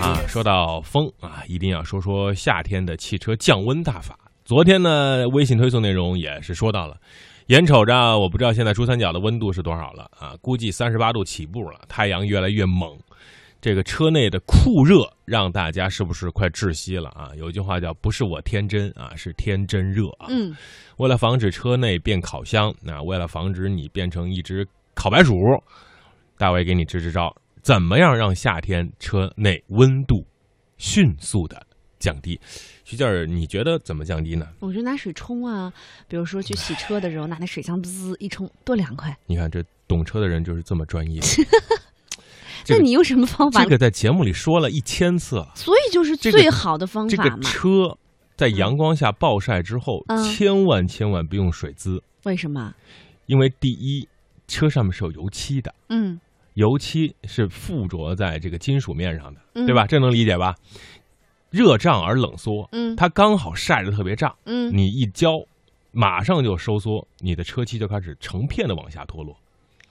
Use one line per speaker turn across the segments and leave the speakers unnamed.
啊，说到风啊，一定要说说夏天的汽车降温大法。昨天呢，微信推送内容也是说到了，眼瞅着我不知道现在珠三角的温度是多少了啊，估计三十八度起步了，太阳越来越猛，这个车内的酷热让大家是不是快窒息了啊？有一句话叫“不是我天真啊，是天真热啊”。
嗯，
为了防止车内变烤箱，那为了防止你变成一只烤白薯，大卫给你支支招，怎么样让夏天车内温度迅速的降低？徐静儿，你觉得怎么降低呢？
我就拿水冲啊，比如说去洗车的时候，拿那水枪滋一冲，多凉快！
你看这懂车的人就是这么专 业。这
那
个
你有什么方法？
这个在节目里说了一千次了，
所以就是
这个
最好的方
这
法
个
嘛？
车在阳光下暴晒之后，
嗯
千万千万不用水滋，
为什么？
因为第一，车上面是有油漆的。
嗯，
油漆是附着在这个金属面上的，
嗯
对吧？？这能理解吧？热胀而冷缩，
嗯，
它刚好晒得特别胀，
嗯
你一浇，马上就收缩，你的车漆就开始成片的往下脱落，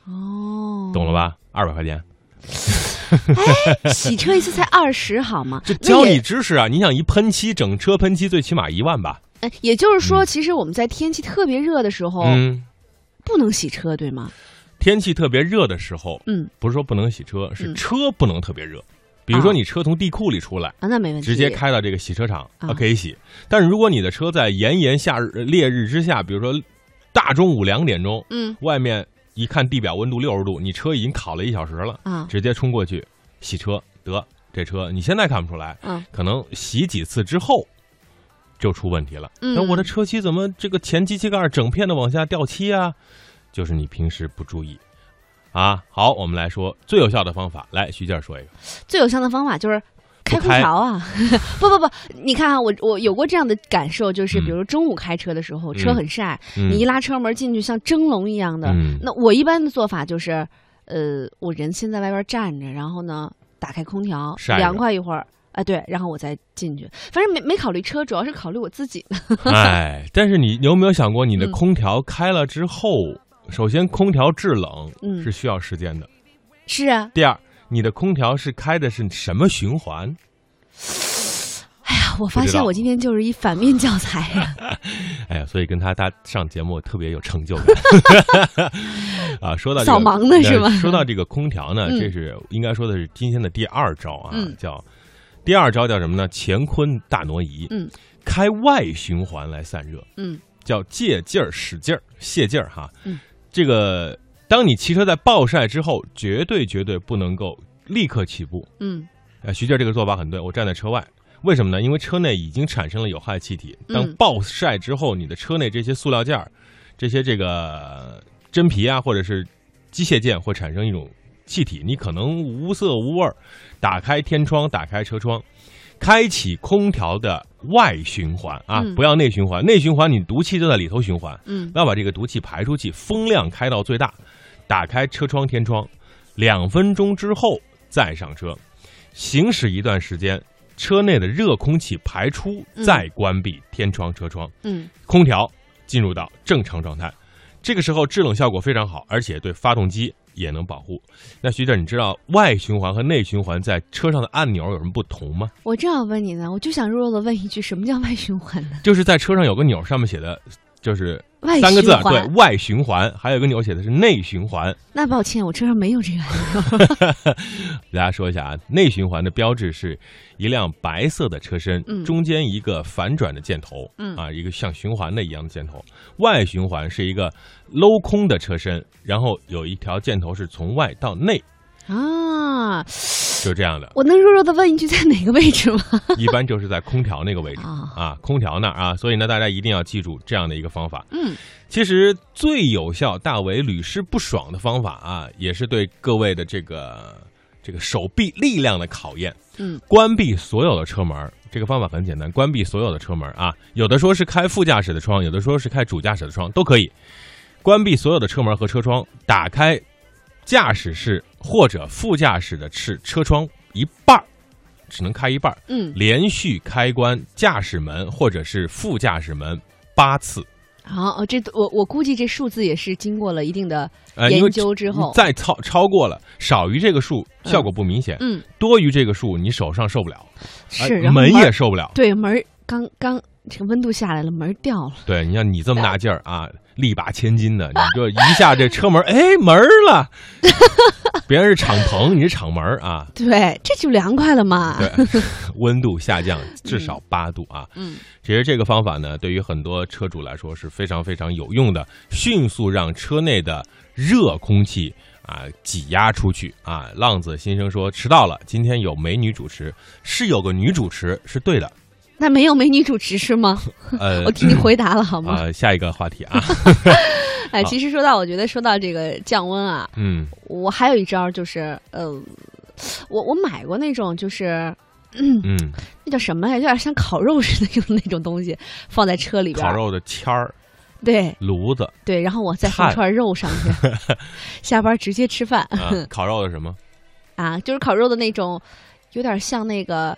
哦，
嗯懂了吧？二百块钱，
了。洗车一次才二十，好吗？
这
那
教
也
你知识啊！你想一喷漆，整车喷漆最起码一万吧？
哎，也就是说，
嗯
其实我们在天气特别热的时候，
嗯，
不能洗车，对吗？
天气特别热的时候，
嗯，
不是说不能洗车，是
嗯
车不能特别热。比如说
啊
你车从地库里出来。
啊，那没问题。
直接开到这个洗车场，
啊
它可以洗。但是如果你的车在炎炎夏日、呃烈日之下，比如说大中午两点钟，
嗯
外面一看地表温度六十度，你车已经烤了一小时了，
啊，
直接冲过去洗车，得这车你现在看不出来，
嗯
可能洗几次之后就出问题了。
嗯
那我的车漆怎么这个前机器盖整片的往下掉漆啊？就是你平时不注意。啊，好，我们来说最有效的方法。来，徐静儿说一个，
最有效的方法就是。开
不
空
开
调啊！ 不不不，你看啊，我我有过这样的感受，就是
嗯
比如中午开车的时候，
嗯
车很晒，
嗯
你一拉车门进去像蒸笼一样的。
嗯
那我一般的做法就是，呃，我人先在外边站着，然后呢打开空调，
晒着
凉快一会儿，哎、对，然后我再进去。反正没没考虑车，主要是考虑我自己的。
哎，但是你有没有想过，你的
嗯
空调开了之后，首先空调制冷
嗯
是需要时间的。
是啊，
第二，你的空调是开的是什么循环？
我发
不知
现
道
我今天就是一反面教材啊呀、
哎呀，所以跟他他上节目特别有成就 感。啊，说到这
扫
个
盲呢是吗
呃说到这个空调呢，
嗯
这是应该说的是今天的第二招啊，
嗯
叫第二招叫什么呢？乾坤大挪移，
嗯，
开外循环来散热。
嗯
叫借劲儿、使劲儿、泄劲儿哈。
嗯，
这个当你骑车在暴晒之后，绝对绝对不能够立刻起步。
嗯
呃，徐静儿这个做法很对，我站在车外。为什么呢？因为车内已经产生了有害气体。
嗯
当暴晒之后，你的车内这些塑料件儿、这些这个真皮啊，或者是机械件，会产生一种气体。你可能无色无味儿，打开天窗，打开车窗，开启空调的外循环啊，
嗯
不要内循环。内循环你毒气就在里头循环，
嗯
要把这个毒气排出去，风量开到最大，打开车窗天窗，两分钟之后再上车，行驶一段时间，车内的热空气排出，
嗯
再关闭天窗车窗，
嗯
空调进入到正常状态。这个时候制冷效果非常好，而且对发动机也能保护。那徐姐，你知道外循环和内循环在车上的按钮有什么不同吗？
我正要问你呢，我就想弱弱的问一句，什么叫外循环呢？
就是在车上有个钮，上面写的就是
外
三个字
循
儿，对
环？，
外循环，还有一个钮写的是内循环。
那抱歉，我车上没有这个。
给大家说一下啊，内循环的标志是一辆白色的车身，
嗯
中间一个反转的箭头，
嗯
啊，一个像循环的一样的箭头。外循环是一个镂空的车身，然后有一条箭头是从外到内，
啊，，
就是这样的
我能弱弱的问一句，在哪个位置吗？
一般就是在空调那个位置
啊，
啊，空调那儿啊，所以呢，大家一定要记住这样的一个方法。
嗯
其实最有效、大为屡试不爽的方法啊，也是对各位的这个这个手臂力量的考验。
嗯，
关闭所有的车门儿，啊这个方法很简单，关闭所有的车门儿啊。有的说是开副驾驶的窗，有的说是开主驾驶的窗，都可以。关闭所有的车门儿和车窗，打开驾驶室或者副驾驶的是车窗一半儿，只能开一半儿，
嗯
连续开关驾驶门或者是副驾驶门八次。
好，哦这我我估计这数字也是经过了一定的
呃，因为
研究之后，
再超超过了，少于这个数效果不明显，
嗯，
多于这个数你手上受不了，
是
哎
然后
门
门
也
儿
受不了。
对门儿刚刚这个温度下来了，门儿掉了，
对，你像你这么大劲儿 啊，力拔千斤的，你这一下这车门，哎，门儿了。 别人是敞篷，你是敞门儿啊。
对，这就凉快了嘛。
对，温度下降至少八度啊。
嗯，
其实这个方法呢，对于很多车主来说是非常非常有用的，迅速让车内的热空气啊挤压出去啊。浪子心声说迟到了，今天有美女主持，是有个女主持是对的。
那没有美女主持是吗？
呃
我给你回答了好吗？
啊、下一个话题啊，
哎，
好
其实说到我觉得说到这个降温啊，
嗯
我还有一招就是，呃，我我买过那种就是
嗯，
那叫什么来，有点像烤肉似的， 用那种东西放在车里边儿，
烤肉的签儿、
对
炉子
对，然后我再放
炭
串肉上去， 下班直接吃饭
啊，烤肉的什么？
啊，就是烤肉的那种，有点像那个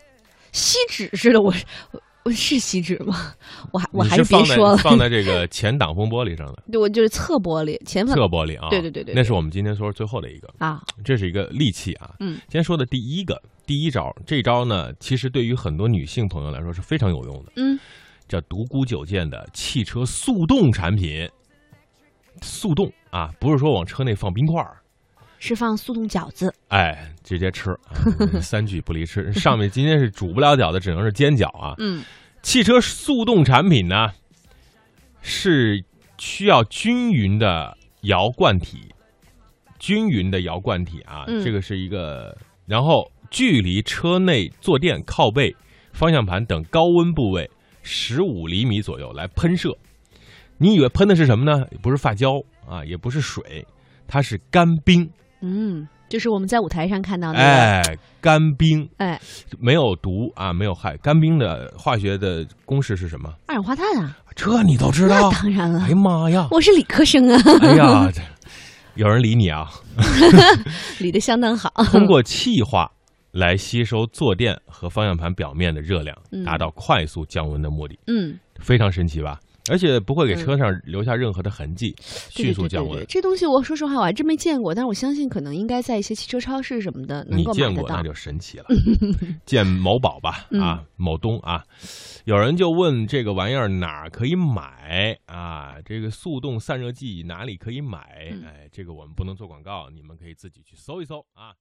锡纸似的，我我我是锡纸吗？我还我
你
还
是
别
放在
说了，
放在这个前挡风玻璃上的
对我就是侧玻璃前方
侧玻璃啊。
对对对对
那是我们今天说最后的一个。
啊，
这是一个利器啊。
嗯
今天说的第一个第一招，这招呢，其实对于很多女性朋友来说是非常有用的，
嗯，
叫独孤九剑的汽车速冻产品。速冻啊，不是说往车内放冰块儿，
是放速冻饺子，
哎，直接吃，啊三句不离吃。上面今天是煮不了饺子，只能是煎饺啊。
嗯
汽车速冻产品呢，是需要均匀的摇罐体，均匀的摇罐体啊，
嗯
这个是一个。然后距离车内坐垫、靠背、方向盘等高温部位十五厘米左右来喷射。你以为喷的是什么呢？不是发胶啊，也不是水，它是干冰。
嗯，就是我们在舞台上看到那个。
哎，干冰，
啊哎，
没有毒啊，没有害。干冰的化学的公式是什么？
二氧化碳啊，
这你都知
那
道？
当然了
哎，呀妈呀！
我是理科生啊，
哎呀，这有人理你啊！
理的相当好。
通过气化来吸收坐垫和方向盘表面的热量，
嗯
达到快速降温的目的，
嗯，
非常神奇吧？而且不会给
嗯
车上留下任何的痕迹，
对
迅速降
对对对
温
对。这东西我说实话我还真没见过，但是我相信可能应该在一些汽车超市什么的能
你
够买
见
得
过
到嗯
那。就神 奇了，见某宝吧啊，某东啊，有人就问这个玩意儿哪儿可以买啊？这个速冻散热剂哪里可以买？
嗯
哎，这个我们不能做广告，你们可以自己去搜一搜啊。